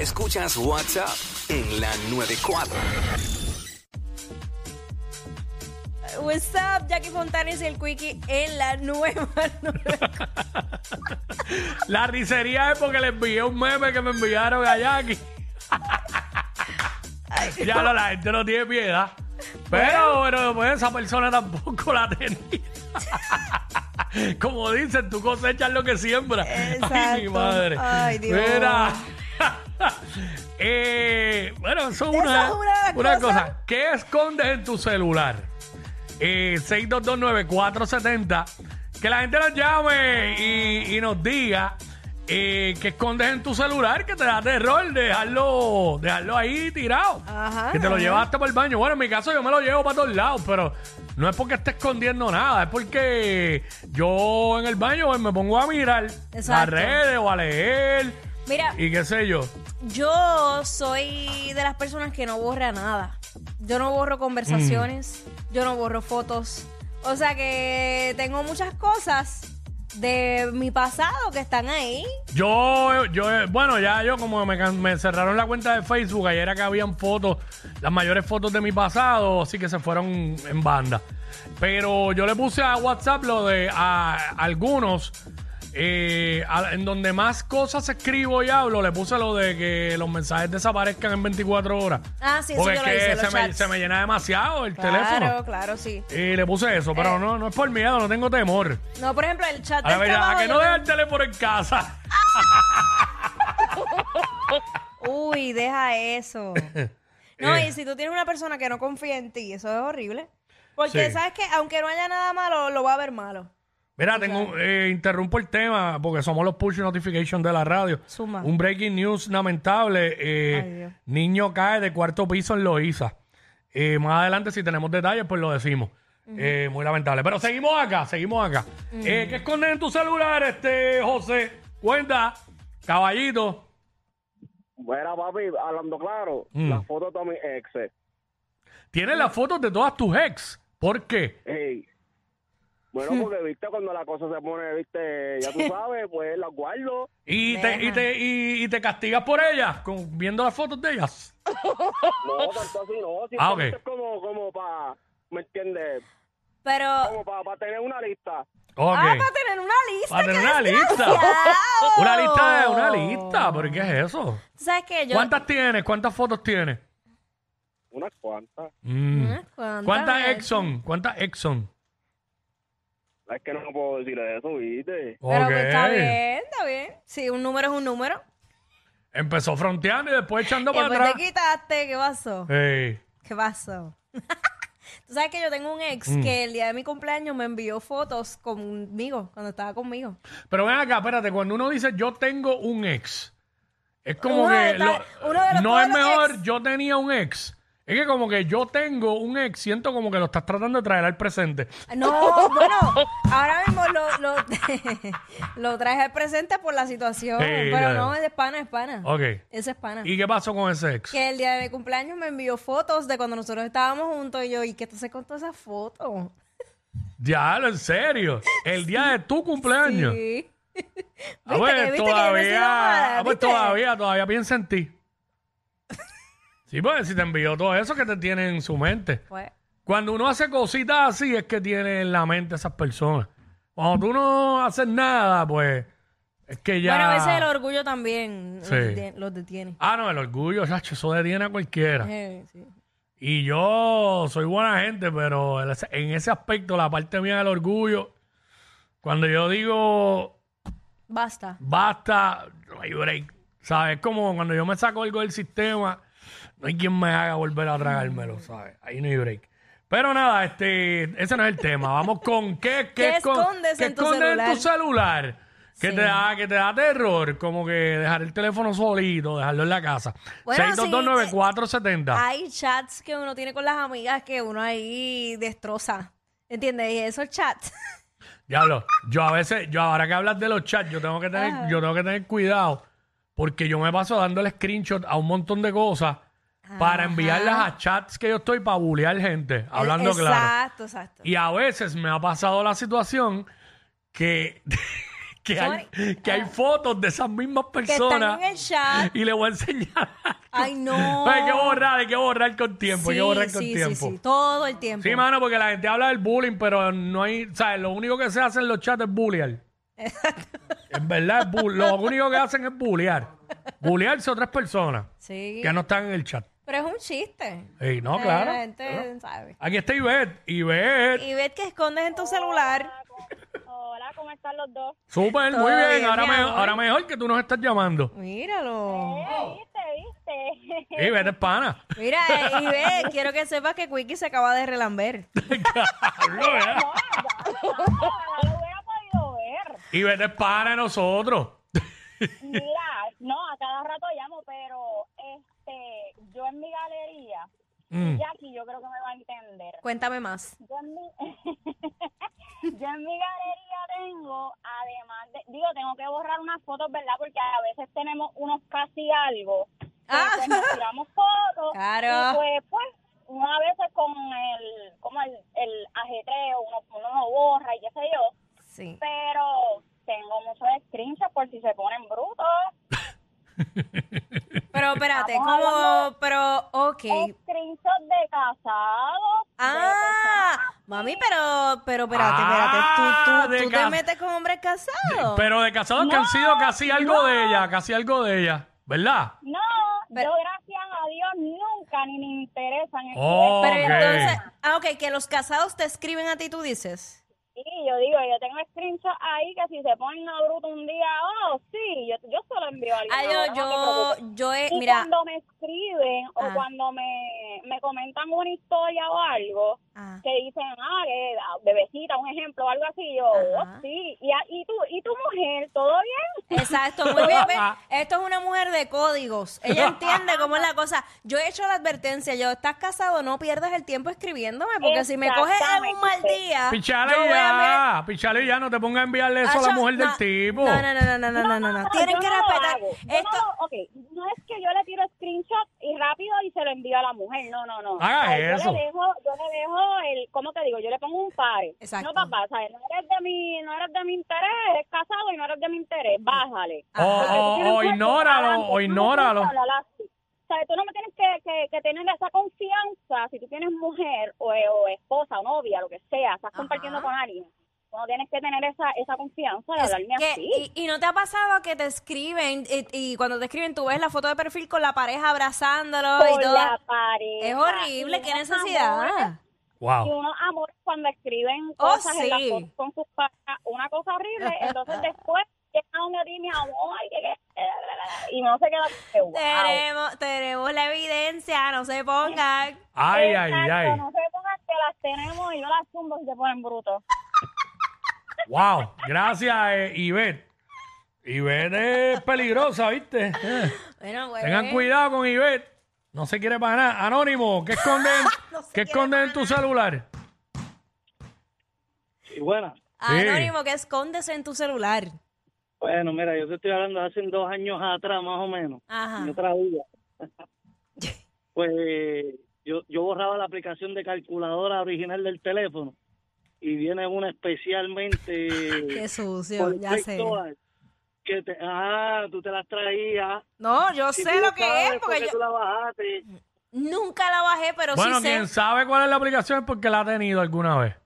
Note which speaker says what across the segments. Speaker 1: Escuchas WhatsApp en la 94.
Speaker 2: What's up, Jackie Fontanes y el Quickie en la nueva.
Speaker 3: La risería es porque le envié un meme que me enviaron a Jackie. ya no, la gente no tiene piedad. Pero, bueno, pues esa persona tampoco la tenía. Como dicen, tú cosechas lo que siembras. Ay, mi
Speaker 2: Exacto.
Speaker 3: madre.
Speaker 2: Ay, Dios.
Speaker 3: Mira. Eh, bueno, eso es una,
Speaker 2: es una de las
Speaker 3: una
Speaker 2: cosas.
Speaker 3: cosa. ¿Qué escondes en tu celular? eh, 6229470. Que la gente nos llame y, y nos diga eh, que escondes en tu celular, que te da terror dejarlo, dejarlo ahí tirado.
Speaker 2: Ajá.
Speaker 3: que te lo llevaste para el baño. Bueno, en mi caso yo me lo llevo para todos lados, pero no es porque esté escondiendo nada, es porque yo en el baño pues, me pongo a mirar las
Speaker 2: Exacto.
Speaker 3: redes o a leer
Speaker 2: Mira,
Speaker 3: y qué sé yo.
Speaker 2: yo soy de las personas que no borra nada. Yo no borro conversaciones,
Speaker 3: Mm.
Speaker 2: yo no borro fotos. O sea que tengo muchas cosas de mi pasado que están ahí.
Speaker 3: Yo, yo, bueno, ya yo como me, can- me cerraron la cuenta de Facebook, ayer era que habían fotos, las mayores fotos de mi pasado, así que se fueron en banda. Pero yo le puse a WhatsApp lo de a, algunos, eh, a- en donde más cosas escribo y hablo, le puse lo de que los mensajes desaparezcan en 24 horas.
Speaker 2: Ah, sí, eso
Speaker 3: Porque
Speaker 2: yo
Speaker 3: es
Speaker 2: lo
Speaker 3: que
Speaker 2: hice, los
Speaker 3: se, me,
Speaker 2: chats.
Speaker 3: se me llena demasiado el
Speaker 2: Claro, Eh.
Speaker 3: teléfono.
Speaker 2: claro, sí.
Speaker 3: Y le puse eso, pero no, no es por miedo, no tengo temor.
Speaker 2: No, por ejemplo, el chat
Speaker 3: A,
Speaker 2: del
Speaker 3: ver, a
Speaker 2: trabajo
Speaker 3: que
Speaker 2: yo
Speaker 3: no
Speaker 2: tengo-
Speaker 3: deja el teléfono en casa.
Speaker 2: Uy, deja eso. No,
Speaker 3: Eh.
Speaker 2: y si tú tienes una persona que no confía en ti, eso es horrible. Porque
Speaker 3: Sí.
Speaker 2: sabes que aunque no haya nada malo, lo va a ver malo.
Speaker 3: Mira, tengo, eh, interrumpo el tema porque somos los push notification de la radio.
Speaker 2: Suma.
Speaker 3: Un breaking news lamentable. eh,
Speaker 2: Ay, Dios.
Speaker 3: niño cae de cuarto piso en Loíza. Eh, más adelante, si tenemos detalles, pues lo decimos. Eh, muy lamentable. Pero seguimos acá, seguimos acá. Eh, ¿Qué escondes en tu celular, este José? Cuenta, caballito.
Speaker 4: Mira, papi, hablando claro,
Speaker 3: Mm.
Speaker 4: las fotos de mis exes.
Speaker 3: Tienes las fotos de todas tus ex. ¿Por qué?
Speaker 4: Ey. Bueno,
Speaker 3: Mm.
Speaker 4: porque, viste, cuando la cosa se pone, viste, ya tú sabes, pues las guardo.
Speaker 3: ¿Y, te, y,
Speaker 2: Deja.
Speaker 3: te, y- y te castigas por ellas con- viendo las fotos de ellas?
Speaker 4: No, tanto así no. Si
Speaker 3: Ah, ok.
Speaker 4: es como, como para, ¿me entiendes?
Speaker 2: Pero.
Speaker 4: Como para tener una lista.
Speaker 3: Ok.
Speaker 2: Ah, para tener una lista.
Speaker 3: Para
Speaker 2: ¡qué
Speaker 3: tener una lista.
Speaker 2: desgraciado!
Speaker 3: Una lista de una lista, ¿por qué es eso?
Speaker 2: ¿Tú ¿Sabes qué? Yo.
Speaker 3: ¿Cuántas tienes? ¿Cuántas fotos tienes?
Speaker 4: Unas cuantas.
Speaker 3: Mm.
Speaker 2: Ah, ¿Cuántas?
Speaker 3: ¿Cuántas Exxon? ¿Cuántas Exxon?
Speaker 4: Es que no puedo decir eso, viste.
Speaker 2: Pero pues, está
Speaker 3: Ok.
Speaker 2: bien, está bien. Sí, un número es un número.
Speaker 3: Empezó fronteando y después echando
Speaker 2: Y
Speaker 3: para
Speaker 2: después
Speaker 3: atrás.
Speaker 2: te quitaste, ¿qué pasó?
Speaker 3: Ey.
Speaker 2: ¿Qué pasó? Tú sabes que yo tengo un ex
Speaker 3: Mm.
Speaker 2: que el día de mi cumpleaños me envió fotos conmigo, cuando estaba conmigo.
Speaker 3: Pero ven acá, espérate, cuando uno dice yo tengo un ex, es como
Speaker 2: Uno de
Speaker 3: que
Speaker 2: tal-
Speaker 3: lo-
Speaker 2: uno de los-
Speaker 3: no
Speaker 2: todos
Speaker 3: es
Speaker 2: los
Speaker 3: mejor
Speaker 2: ex.
Speaker 3: yo tenía un ex. Es que como que yo tengo un ex, siento como que lo estás tratando de traer al presente.
Speaker 2: No, bueno, ahora mismo lo, lo, lo traje al presente por la situación,
Speaker 3: Sí,
Speaker 2: pero
Speaker 3: claro.
Speaker 2: no, es de pana, es pana.
Speaker 3: Ok.
Speaker 2: Ese es pana.
Speaker 3: ¿Y qué pasó con ese ex?
Speaker 2: Que el día de mi cumpleaños me envió fotos de cuando nosotros estábamos juntos y yo, ¿y qué tú haces con todas esas fotos?
Speaker 3: Diablo, en serio. El día de tu cumpleaños.
Speaker 2: Sí.
Speaker 3: Ah,
Speaker 2: ¿Viste
Speaker 3: pues,
Speaker 2: que- viste que yo no he
Speaker 3: todavía,
Speaker 2: sido mala?
Speaker 3: ah, pues,
Speaker 2: ¿Viste?
Speaker 3: todavía, todavía piensa en ti. sí, pues si te envió todo eso que te tiene en su mente.
Speaker 2: Pues,
Speaker 3: Cuando uno hace cositas así es que tiene en la mente a esas personas. Cuando tú no haces nada, pues es que ya...
Speaker 2: Bueno, a veces el orgullo también
Speaker 3: Sí.
Speaker 2: los detien- los detiene.
Speaker 3: Ah, no, el orgullo, chacho, eso detiene a cualquiera.
Speaker 2: Eh, sí.
Speaker 3: Y yo soy buena gente, pero en ese- en ese aspecto, la parte mía del orgullo, cuando yo digo,
Speaker 2: Basta.
Speaker 3: basta, no hay break. ¿Sabes? Es Como cuando yo me saco algo del sistema, no hay quien me haga volver a tragármelo, ¿sabes? Ahí no hay break. Pero nada, este, ese no es el tema. Vamos con qué,
Speaker 2: ¿Qué
Speaker 3: escon-
Speaker 2: escondes
Speaker 3: qué
Speaker 2: en tu
Speaker 3: escondes
Speaker 2: celular?
Speaker 3: celular? Que,
Speaker 2: Sí.
Speaker 3: te da, que te da terror, como que dejar el teléfono solito, dejarlo en la casa.
Speaker 2: Bueno, eh,
Speaker 3: 6229470.
Speaker 2: Hay chats que uno tiene con las amigas que uno ahí destroza. ¿Entiendes? Y esos chats.
Speaker 3: Diablo, yo a veces, yo ahora que hablas de los chats, yo tengo que tener, yo tengo que tener cuidado porque yo me paso dando el screenshot a un montón de cosas para enviarlas a chats que yo estoy para bullear gente, hablando
Speaker 2: Eh, exacto,
Speaker 3: claro.
Speaker 2: Exacto, exacto.
Speaker 3: Y a veces me ha pasado la situación que, que, hay, que hay fotos de esas mismas
Speaker 2: Que
Speaker 3: personas.
Speaker 2: están en el chat.
Speaker 3: Y le voy a enseñar.
Speaker 2: Ay, no.
Speaker 3: Hay que borrar, hay que borrar con tiempo, hay que
Speaker 2: Sí,
Speaker 3: borrar con
Speaker 2: sí,
Speaker 3: tiempo.
Speaker 2: Sí, sí, todo el tiempo.
Speaker 3: Sí, mano, porque la gente habla del bullying, pero no hay. ¿Sabes? Lo único que se hace en los chats es bullear. En verdad, es bu- lo único que hacen es bullear. Bullearse a otras personas
Speaker 2: Sí.
Speaker 3: que no están en el chat.
Speaker 2: Pero es un chiste.
Speaker 3: Ey, no,
Speaker 2: Eh,
Speaker 3: claro.
Speaker 2: La gente
Speaker 3: claro.
Speaker 2: sabe.
Speaker 3: Aquí está Ivette. Ivette.
Speaker 2: Y ves que escondes en tu celular.
Speaker 5: Hola, ¿cómo están los dos?
Speaker 3: Súper,
Speaker 2: Todo
Speaker 3: muy bien.
Speaker 2: bien,
Speaker 3: ahora,
Speaker 2: mi
Speaker 3: me-
Speaker 2: amor.
Speaker 3: ahora mejor que tú nos estás llamando.
Speaker 2: Míralo.
Speaker 5: ¿Viste, viste?
Speaker 3: Ivette es pana.
Speaker 2: Mira, eh, y ve, quiero que sepas que Quickie se acaba de relamber.
Speaker 3: Diablo, ¿eh?
Speaker 5: Ojalá lo hubiera podido ver.
Speaker 3: Ivette es pana de nosotros.
Speaker 5: Mira, no, a cada rato llamo, pero este, yo en mi galería,
Speaker 3: Mm.
Speaker 5: Jackie yo creo que me va a entender.
Speaker 2: Cuéntame más.
Speaker 5: Yo en mi, yo en mi galería tengo, además de, digo, tengo que borrar unas fotos, ¿verdad? Porque a veces tenemos unos casi algo.
Speaker 2: Ah.
Speaker 5: Pues nos tiramos fotos.
Speaker 2: Claro.
Speaker 5: Y pues, pues, uno a veces con el, como el, el ajetreo, uno, uno lo borra y qué sé yo.
Speaker 2: Sí.
Speaker 5: Pero tengo muchos screenshots por si se ponen brutos.
Speaker 2: Pero espérate,
Speaker 5: Estamos
Speaker 2: como,
Speaker 5: hablando-
Speaker 2: pero,
Speaker 3: Oh,
Speaker 2: ok.
Speaker 5: Screenshots de casados. de
Speaker 2: Ah, mami, pero, pero espérate,
Speaker 3: Ah,
Speaker 2: espérate.
Speaker 3: de
Speaker 2: Tú, tú, tú te
Speaker 3: cas-
Speaker 2: metes con hombres casados.
Speaker 3: Pero de casados que han sido casi algo de ella, casi algo de ella. ¿Verdad?
Speaker 5: No,
Speaker 2: Pero-
Speaker 5: yo gracias a Dios nunca ni me interesan.
Speaker 3: Oh,
Speaker 2: Pero
Speaker 3: ok.
Speaker 2: entonces, ah, ok, que los casados te escriben a ti, tú dices.
Speaker 5: Sí, yo digo, yo tengo screenshots ahí que si se ponen a bruto un día, oh, sí, yo, yo solo envío a
Speaker 2: Ay,
Speaker 5: alguien,
Speaker 2: Ah, yo, yo,
Speaker 5: no te preocupes.
Speaker 2: yo, he-
Speaker 5: Y
Speaker 2: mira.
Speaker 5: cuando me escriben o
Speaker 2: Ah.
Speaker 5: cuando me, me comentan una historia o algo,
Speaker 2: Ah,
Speaker 5: que dicen, ah, que la bebecita, un ejemplo, algo así, yo,
Speaker 2: Ajá.
Speaker 5: oh, sí, y, a- y, tu, y tu mujer, ¿todo bien?
Speaker 2: Exacto, muy bien. ve, Esto es una mujer de códigos. Ella entiende cómo es la cosa. Yo he hecho la advertencia, yo, estás casado, no pierdas el tiempo escribiéndome, porque si me coges en un mal día,
Speaker 3: Pichale
Speaker 2: yo voy a mirar-
Speaker 3: ya, pichale ya, no te pongas a enviarle eso a la
Speaker 2: Acho,
Speaker 3: mujer
Speaker 2: no,
Speaker 3: del tipo.
Speaker 2: No, no, no, no, no, no, no, no,
Speaker 5: pero
Speaker 2: Tienen
Speaker 5: yo
Speaker 2: que
Speaker 5: no lo
Speaker 2: respetar.
Speaker 5: hago. Yo
Speaker 2: Esto,
Speaker 5: No, lo- ok, no es que yo le tiro screenshot y rápido y se lo envío a la mujer, no, no, no.
Speaker 3: Haga
Speaker 5: O sea,
Speaker 3: eso.
Speaker 5: Yo le dejo, yo le dejo el, ¿cómo te digo? Yo le pongo un par.
Speaker 2: Exacto.
Speaker 5: No, papá, ¿sabes? No eres de mi, no eres de mi interés, eres casado y no eres de mi interés, bájale.
Speaker 2: Ah.
Speaker 3: O, o-
Speaker 5: Porque tú tienes
Speaker 3: o
Speaker 5: cuerpo,
Speaker 3: Oh, ignóralo,
Speaker 5: adelante,
Speaker 3: o
Speaker 5: tú no
Speaker 3: ignóralo.
Speaker 5: tienes que hablar así. O sea, tú no me tienes que, que, que tener esa confianza si tú tienes mujer o, o esposa o novia, lo que sea, estás
Speaker 2: Ajá.
Speaker 5: compartiendo con alguien. Tú No tienes que tener esa, esa confianza de
Speaker 2: es
Speaker 5: hablarme
Speaker 2: que-
Speaker 5: así.
Speaker 2: y, y no te ha pasado que te escriben y, y cuando te escriben tú ves la foto de perfil con la pareja abrazándolo
Speaker 5: Por
Speaker 2: y todo.
Speaker 5: la pareja.
Speaker 2: Es horrible,
Speaker 5: Y
Speaker 2: qué
Speaker 5: unos amores-
Speaker 2: necesidad.
Speaker 5: Y
Speaker 3: Wow.
Speaker 5: unos amores cuando escriben
Speaker 2: Oh,
Speaker 5: cosas en las
Speaker 2: sí.
Speaker 5: fotos con sus parejas, una cosa horrible, entonces después llega uno y dice, mi amor, que- que- y no se queda que, wow.
Speaker 2: Tenemos, tenemos la evidencia, no se pongan.
Speaker 3: Ay, ay,
Speaker 5: Exacto,
Speaker 3: ay.
Speaker 5: No se pongan que las tenemos y yo las tumbo y se ponen brutos.
Speaker 3: Wow. Gracias, eh, Ivette. Ivette es peligrosa, ¿viste? Eh,
Speaker 2: Bueno, güey.
Speaker 3: Tengan cuidado con Ivette. No se quiere para nada. Anónimo, ¿qué esconden,
Speaker 2: No se
Speaker 3: ¿qué
Speaker 2: quiere
Speaker 3: esconden en tu celular?
Speaker 6: Y bueno,
Speaker 2: Anónimo, que escondes en tu celular.
Speaker 6: bueno, mira, yo te estoy hablando de hace dos años atrás, más o menos,
Speaker 2: Ajá.
Speaker 6: en otra vida. pues yo, yo borraba la aplicación de calculadora original del teléfono y viene una especialmente
Speaker 2: Qué sucio,
Speaker 6: por
Speaker 2: ya sé.
Speaker 6: textual que te, ah, tú te las traías.
Speaker 2: No, yo
Speaker 6: Si tú
Speaker 2: sé lo
Speaker 6: no
Speaker 2: que
Speaker 6: sabes
Speaker 2: es, porque
Speaker 6: tú
Speaker 2: yo
Speaker 6: la bajaste.
Speaker 2: nunca la bajé, pero
Speaker 3: Bueno,
Speaker 2: sí sé.
Speaker 3: quien sabe cuál es la aplicación es porque la ha tenido alguna vez.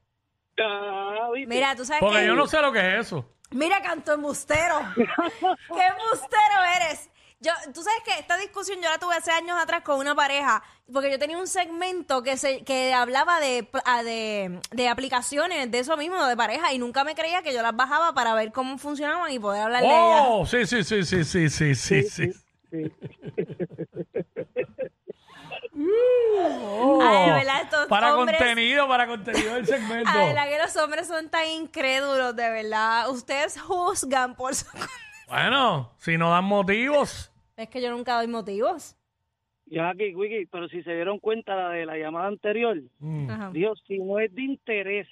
Speaker 6: Ah, ¿viste?
Speaker 2: Mira, tú sabes
Speaker 3: Porque
Speaker 2: que.
Speaker 3: yo no sé lo que es eso.
Speaker 2: Mira, canto embustero. ¡Qué embustero eres! Yo, tú sabes que esta discusión yo la tuve hace años atrás con una pareja, porque yo tenía un segmento que se que hablaba de, pl- ah, de, de aplicaciones, de eso mismo, de pareja, y nunca me creía que yo las bajaba para ver cómo funcionaban y poder hablar de ellas.
Speaker 3: Oh, sí, sí, sí, sí, sí, sí, sí, sí. Uh,
Speaker 2: Ay, de verdad, estos
Speaker 3: para
Speaker 2: hombres-
Speaker 3: contenido, para contenido del segmento.
Speaker 2: Ay, la que los hombres son tan incrédulos, de verdad. Ustedes juzgan por su...
Speaker 3: Bueno, si no dan motivos.
Speaker 2: Es que yo nunca doy motivos.
Speaker 6: Jackie, Wiki, pero si se dieron cuenta la de la llamada anterior,
Speaker 3: Mm.
Speaker 2: Ajá.
Speaker 6: Dios, si no es de interés,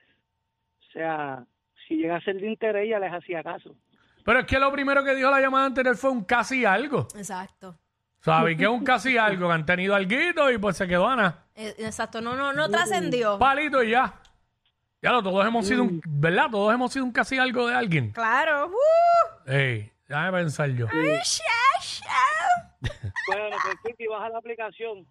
Speaker 6: o sea, si llega a ser de interés, ya les hacía caso.
Speaker 3: Pero es que lo primero que dijo la llamada anterior fue un casi algo.
Speaker 2: Exacto.
Speaker 3: ¿Sabes? Que es un casi algo, que han tenido alguito y pues se quedó Ana.
Speaker 2: Eh, Exacto, no, no, no trascendió.
Speaker 3: Palito y ya. Ya lo, todos hemos sido un, ¿verdad? Todos hemos sido un casi algo de alguien.
Speaker 2: Claro. ¡Uh!
Speaker 3: Ey, déjame pensar yo.
Speaker 2: Sha, sha.
Speaker 5: Bueno, pues Kitty, baja la aplicación.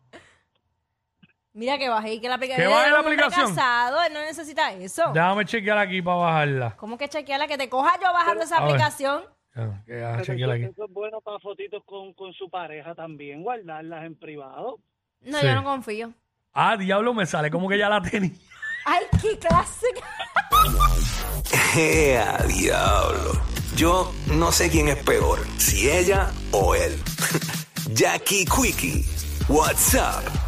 Speaker 2: Mira que bajé y que la aplicación.
Speaker 3: Que baje la
Speaker 2: Él es un hombre
Speaker 3: aplicación.
Speaker 2: casado, él no necesita eso.
Speaker 3: Déjame chequear aquí para bajarla.
Speaker 2: ¿Cómo que chequearla? Que te coja yo bajando esa
Speaker 3: A ver.
Speaker 2: aplicación.
Speaker 3: Ah, que- ah,
Speaker 5: Pero
Speaker 3: chequearla aquí.
Speaker 5: Eso, eso es bueno para fotitos con, con su pareja también, guardarlas en privado.
Speaker 2: No,
Speaker 3: Sí.
Speaker 2: yo no confío.
Speaker 3: Ah, diablo, me sale como que ya la tenía.
Speaker 2: Ay, qué clásica.
Speaker 1: ¡Ea, ¡Eh, diablo! Yo no sé quién es peor, si ella o él. Jackie Quickie, WhatsApp